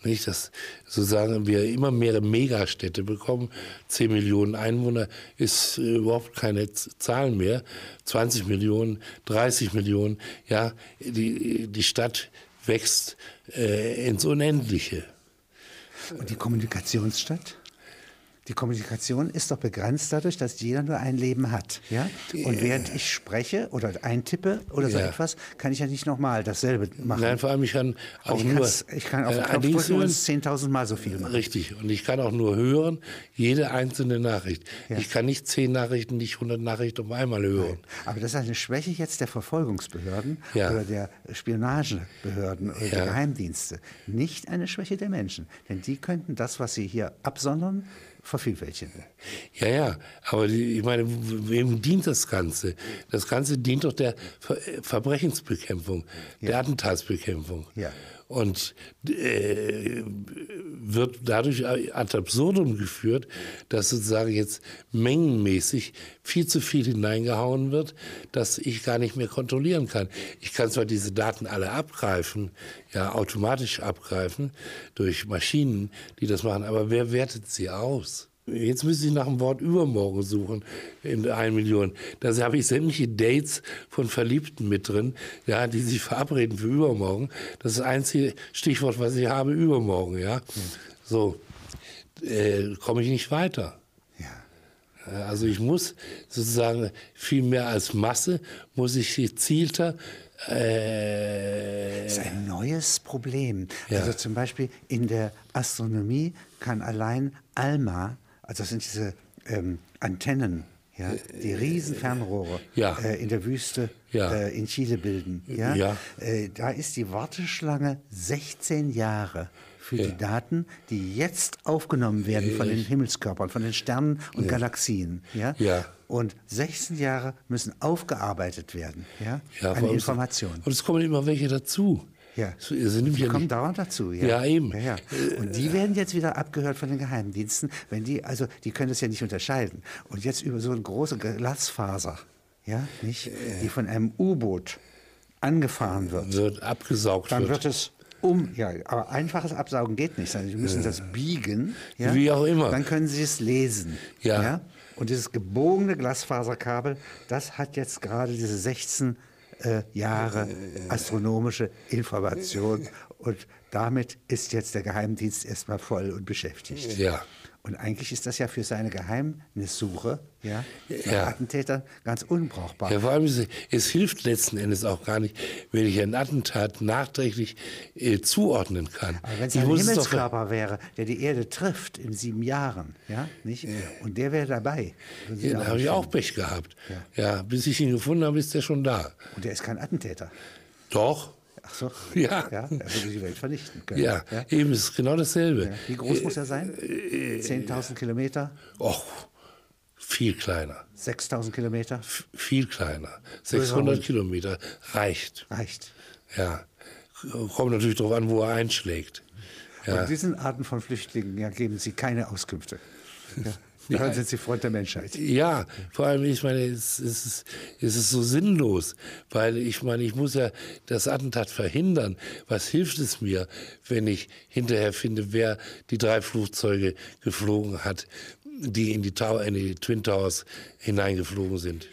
Nicht, dass sozusagen wir immer mehr Megastädte bekommen. 10 Millionen Einwohner ist äh, überhaupt keine Z- Zahl mehr. 20 Millionen, 30 Millionen, ja. Die, die Stadt wächst äh, ins Unendliche. Und die Kommunikationsstadt? Die Kommunikation ist doch begrenzt dadurch, dass jeder nur ein Leben hat. Ja? Und während ich spreche oder eintippe oder so Ja. etwas, kann ich ja nicht nochmal dasselbe machen. Nein, vor allem ich kann Aber auch ich, nur. kann's- ich kann auf den äh, Knopf allerdings drücken und üben- es 10.000 Mal so viel machen. Richtig. Und ich kann auch nur hören, jede einzelne Nachricht. Ich kann nicht zehn Nachrichten, nicht 100 Nachrichten um einmal hören. Aber das ist eine Schwäche jetzt der Verfolgungsbehörden Ja. oder der Spionagebehörden oder der Ja. Geheimdienste. Nicht eine Schwäche der Menschen. Denn die könnten das, was sie hier absondern, vervielfältigen. Ja, ja. Aber die, ich meine, w- wem dient das Ganze? Das Ganze dient doch der Ver äh, Verbrechensbekämpfung, der Attentatsbekämpfung. Ja. Und äh, wird dadurch ad absurdum geführt, dass sozusagen jetzt mengenmäßig viel zu viel hineingehauen wird, dass ich gar nicht mehr kontrollieren kann. Ich kann zwar diese Daten alle abgreifen, ja, automatisch abgreifen durch Maschinen, die das machen, aber wer wertet sie aus? Jetzt müsste ich nach dem Wort übermorgen suchen in der 1 Million. Da habe ich sämtliche Dates von Verliebten mit drin, ja, die sich verabreden für übermorgen. Das ist das einzige Stichwort, was ich habe, übermorgen, ja. So, äh, komme ich nicht weiter. Ja. Äh, Also ich muss sozusagen viel mehr als Masse, muss ich gezielter äh, Das ist ein neues Problem. Ja. Also zum Beispiel in der Astronomie kann allein ALMA, also das sind diese ähm, Antennen, ja, die riesen Fernrohre Äh, Ja. äh, in der Wüste Ja. äh, in Chile bilden. Ja? Ja. Äh, da ist die Warteschlange 16 Jahre für die Daten, die jetzt aufgenommen werden von den Himmelskörpern, von den Sternen und Galaxien. Ja? Äh. Ja. Und 16 Jahre müssen aufgearbeitet werden ja? ja, vor an allem- Informationen. Und es kommen immer welche dazu. Ja. Es, es nimmt Die ja kommen nicht, dauernd dazu. Ja, eben. Äh. Ja, ja. Und die werden jetzt wieder abgehört von den Geheimdiensten, wenn die, also die können das ja nicht unterscheiden. Und jetzt über so eine große Glasfaser, ja, Äh. nicht, die von einem U-Boot angefahren wird, wird abgesaugt. dann wird. wird es um, ja, aber einfaches Absaugen geht nicht, sondern sie müssen das biegen. Ja, Wie auch immer. Dann können sie es lesen. Ja. Und dieses gebogene Glasfaserkabel, das hat jetzt gerade diese 16 äh, Jahre astronomische Information. Und damit ist jetzt der Geheimdienst erstmal voll und beschäftigt. Ja. Und eigentlich ist das ja für seine Geheimnissuche ja, nach Ja. Attentätern ganz unbrauchbar. Ja, vor allem, ist, es- es hilft letzten Endes auch gar nicht, wenn ich ein Attentat nachträglich äh, zuordnen kann. Aber wenn es Ich ein muss es doch- Himmelskörper wäre, der die Erde trifft in sieben Jahren, ja, nicht? Und der wäre dabei. würden Sie Ja, da sagen. habe ich auch Pech gehabt. Ja. bis ich ihn gefunden habe, ist er schon da. Und der ist kein Attentäter. Doch. Ach so. Ja. Ja, er würde die Welt vernichten können. Ja, Äh, eben es ist genau dasselbe. Ja. Wie groß muss er sein? äh, 10.000 Kilometer, Och, viel kleiner. 6.000 Kilometer, F- Viel kleiner. 600 Kilometer reicht. reicht. Ja. Kommt natürlich darauf an, wo er einschlägt. Ja. Und diesen Arten von Flüchtlingen ja, geben Sie keine Auskünfte. Ja. Daran sind Sie Freund der Menschheit. Ja, vor allem, ich meine, es, es, ist, es ist so sinnlos, weil ich meine, ich muss ja das Attentat verhindern. Was hilft es mir, wenn ich hinterher finde, wer die drei Flugzeuge geflogen hat, die in die, Tower, in die Twin Towers hineingeflogen sind?